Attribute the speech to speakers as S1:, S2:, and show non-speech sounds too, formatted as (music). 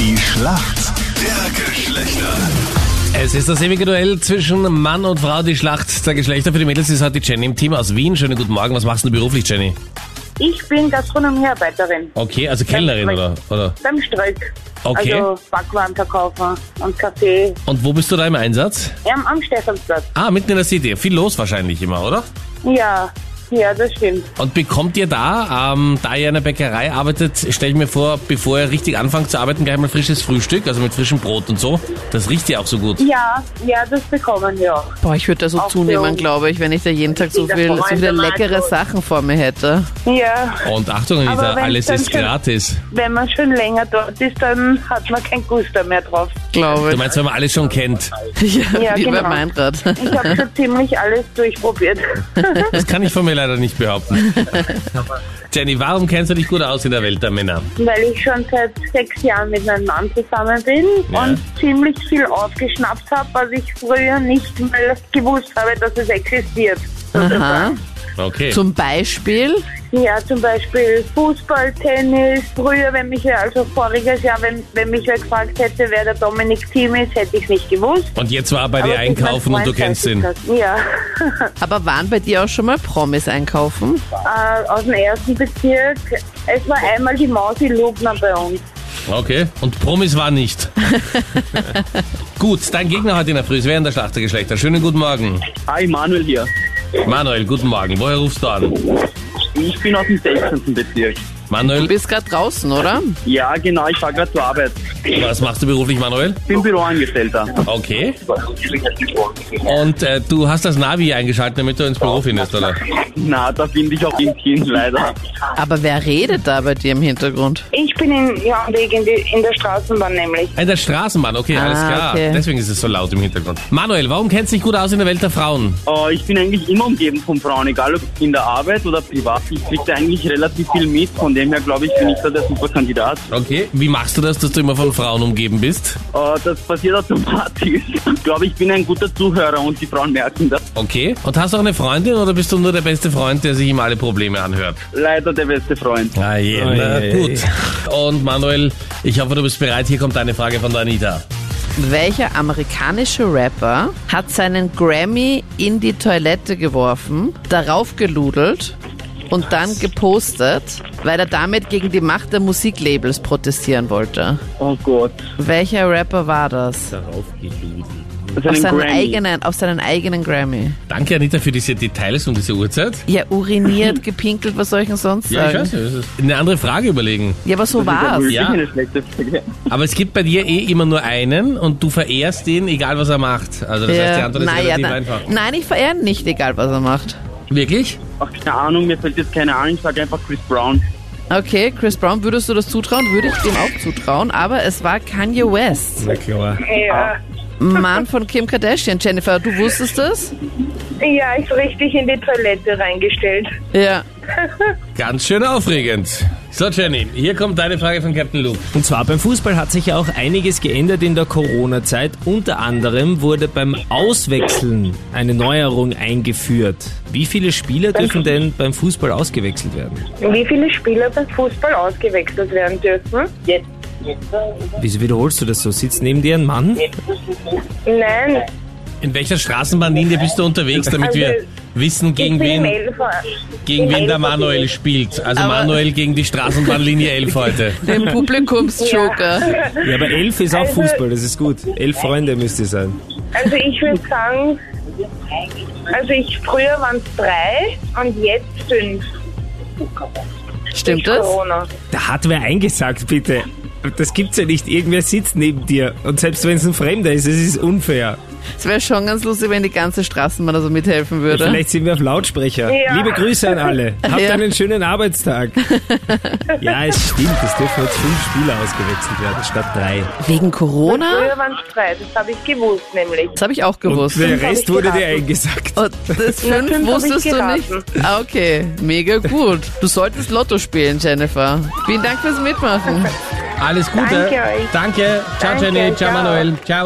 S1: Schlacht der Geschlechter.
S2: Es ist das ewige Duell zwischen Mann und Frau, die Schlacht der Geschlechter. Für die Mädels ist heute die Jenny im Team aus Wien. Schönen guten Morgen. Was machst denn du beruflich, Jenny?
S3: Ich bin Gastronomiearbeiterin
S2: Okay, also Kellnerin, oder? oder?
S3: beim Streik.
S2: Okay.
S3: Also Backwaren verkaufen und Kaffee.
S2: Und wo bist du da im Einsatz?
S3: Ja, am Stephansplatz.
S2: Ah, mitten in der City. Viel los wahrscheinlich immer, oder?
S3: Ja, ja, das stimmt.
S2: Und bekommt ihr da, ähm, da ihr in einer Bäckerei arbeitet, stell ich mir vor, bevor ihr richtig anfangt zu arbeiten, gleich mal frisches Frühstück, also mit frischem Brot und so. Das riecht ja auch so gut.
S3: Ja, ja, das bekommen wir auch.
S4: Boah, ich würde da so
S3: Auch für
S4: zunehmen,
S3: uns.
S4: glaube ich, wenn ich da jeden Tag so
S3: Jeder
S4: viel, so
S3: Freund,
S4: viele
S3: der mag
S4: leckere
S3: das.
S4: Sachen vor mir hätte.
S3: Ja,
S2: Und Achtung, Anita,
S3: Aber wenn's
S2: alles
S3: dann
S2: ist
S3: schön-
S2: gratis.
S3: wenn man schon länger dort ist, dann hat man kein Guster mehr drauf.
S4: Glaube
S2: Du
S4: ich.
S2: meinst, wenn man alles schon kennt.
S4: (laughs) Ja,
S3: Ja,
S4: wie bei
S3: genau.
S4: Meinrad. (laughs)
S3: Ich habe
S2: (laughs)
S3: schon ziemlich alles durchprobiert.
S2: Das kann ich von mir leider nicht
S3: (laughs)
S2: behaupten. Jenny, warum kennst du dich gut aus in der Welt der Männer?
S3: Weil ich schon seit sechs Jahren mit meinem Mann zusammen bin
S2: Ja.
S3: und ziemlich viel aufgeschnappt habe, was ich früher nicht mal gewusst habe, dass es existiert.
S4: Aha.
S2: Okay.
S4: Zum Beispiel,
S3: Ja, zum Beispiel Fußball, Tennis. Früher, wenn mich, wer- also voriges Jahr, wenn, wenn mich wer gefragt hätte, wer der Dominik Thiem ist, hätte ich nicht gewusst.
S2: Und jetzt war er bei
S3: Aber
S2: dir
S3: es ist mein
S2: einkaufen und du
S3: Freund,
S2: kennst
S3: weiß
S2: ihn.
S3: ich das. Ja,
S4: aber waren bei dir auch schon mal Promis einkaufen?
S3: äh, aus dem ersten Bezirk. Es war einmal die Mausi Lugner bei uns.
S2: Okay. Und Promis war
S3: (laughs)
S2: nicht. Gut, dein Gegner heute in der Früh ist während der Schlachtergeschlechter. Schönen guten Morgen.
S5: Hi, Manuel Ah, hier.
S2: Manuel, guten Morgen. Woher rufst du an?
S5: Ich bin aus dem 16. Bezirk.
S4: Du
S2: Manuel,
S4: bist gerade draußen, oder?
S5: Ja, genau, ich fahre gerade zur Arbeit.
S2: was machst du beruflich, Manuel?
S5: Bin Büroangestellter.
S2: Okay. Und äh, du hast das Navi eingeschaltet, damit du ins Büro findest, oder?
S5: Na, da bin ich auch im Kind leider.
S4: Aber wer redet da bei dir im Hintergrund?
S3: Ich bin in, ja, am Weg in, die, in der Straßenbahn nämlich.
S2: Ah, In der Straßenbahn, okay, alles
S4: Ah,
S2: klar.
S4: okay.
S2: Deswegen ist es so laut im Hintergrund. Manuel, warum kennst du dich gut aus in der Welt der Frauen?
S5: Äh, ich bin eigentlich immer umgeben von Frauen, egal ob in der Arbeit oder privat. Ich kriege da eigentlich relativ viel mit. Von dem her, glaube ich, bin ich da der super Kandidat.
S2: Okay. Wie machst du das, dass du immer von Frauen umgeben bist?
S5: Äh, das passiert automatisch. Ich glaube, ich bin ein guter Zuhörer und die Frauen merken das.
S2: Okay. Und hast du auch eine Freundin oder bist du nur der beste Freund, der sich immer alle Probleme anhört?
S5: Leider der beste Freund.
S2: Ah je, na gut. Und Manuel, ich hoffe, du bist bereit. Hier kommt deine Frage von der Anita.
S4: Welcher amerikanische Rapper hat seinen Grammy in die Toilette geworfen, darauf geludelt und dann gepostet, weil er damit gegen die Macht der Musiklabels protestieren wollte?
S5: Oh Gott.
S4: Welcher Rapper war das?
S5: Das ist
S4: Auf
S5: ein
S4: seinen,
S5: Grammy.
S4: eigenen, auf seinen eigenen Grammy.
S2: Danke, Anita, für diese Details um diese Uhrzeit.
S4: Ja, uriniert, gepinkelt, was soll ich denn sonst
S2: Ja, ich
S4: sagen?
S2: weiß nicht. das ist- Eine andere Frage überlegen.
S4: Ja, aber so
S5: Das ist ja
S4: war's.
S5: wirklich
S2: Ja.
S5: eine schlechte Frage.
S2: Aber es gibt bei dir eh immer nur einen und du verehrst ihn, egal was er macht. Also das heißt, die
S4: Ja,
S2: Antwort ist
S4: naja,
S2: relativ
S4: na-
S2: einfach.
S4: Nein, ich verehre ihn nicht, egal was er macht.
S2: Wirklich?
S5: Ach, keine Ahnung, mir fällt jetzt keine Ahnung. Ich sage einfach Chris Brown.
S4: Okay, Chris Brown, würdest du das zutrauen? Würde ich dem auch zutrauen, aber es war Kanye West.
S2: Na klar.
S3: Ja,
S4: Mann von Kim Kardashian. Jennifer, du wusstest das?
S3: ja ich richtig in die Toilette reingestellt.
S4: Ja.
S2: Ganz schön aufregend. So, Jenny, hier kommt deine Frage von Captain Luke.
S6: Und zwar beim Fußball hat sich ja auch einiges geändert in der Corona-Zeit. Unter anderem wurde beim Auswechseln eine Neuerung eingeführt. Wie viele Spieler dürfen denn beim Fußball ausgewechselt werden?
S3: Wie viele Spieler beim Fußball ausgewechselt werden dürfen? Jetzt.
S6: Wieso wiederholst du das so? Sitzt neben dir ein Mann?
S3: Nein,
S2: In welcher Straßenbahnlinie bist du unterwegs, damit
S3: Also,
S2: wir wissen, gegen
S3: ich bin im
S2: wen,
S3: Elfer.
S2: gegen
S3: im
S2: wen der
S3: Elfer-
S2: Manuel spielt? Also
S4: Aber-
S2: Manuel gegen die Straßenbahnlinie 11
S3: (laughs)
S2: heute.
S4: Den Publikumsjoker.
S6: Ja, aber elf ist auch
S3: Also-
S6: Fußball, das ist gut. Elf Freunde müsst ihr sein.
S3: Also ich würde sagen, also ich früher waren es drei und jetzt fünf.
S4: Stimmt
S3: durch
S4: das?
S3: Corona.
S6: Da hat wer eingesagt, bitte. Das gibt's ja nicht. Irgendwer sitzt neben dir. Und selbst wenn es ein Fremder ist, es ist unfair.
S4: Es wäre schon ganz lustig, wenn die ganze Straßenbahn da so mithelfen würde.
S6: Vielleicht sind wir auf Lautsprecher.
S3: Ja.
S6: Liebe Grüße
S3: (laughs)
S6: an alle. Habt
S4: Ja.
S6: einen schönen Arbeitstag. (laughs) ja, es stimmt. Es dürfen jetzt fünf Spieler ausgewechselt werden statt drei.
S4: Wegen Corona?
S3: Früher waren es drei, das habe ich gewusst nämlich.
S4: Das habe ich auch gewusst.
S6: Und der
S3: hab
S6: Rest
S3: ich
S6: wurde dir
S3: geraten.
S6: eingesagt.
S4: Und das
S3: (laughs) Na, fünf hab
S4: fünf
S3: ich
S4: wusstest du
S3: geraten.
S4: nicht. Ah, Okay, mega gut. Du solltest Lotto spielen, Jennifer. Vielen Dank fürs Mitmachen.
S2: Alles Gute.
S3: Danke euch.
S2: Danke. Ciao,
S3: Danke,
S2: Jenny. Ciao,
S3: ciao.
S2: Manuel. Ciao.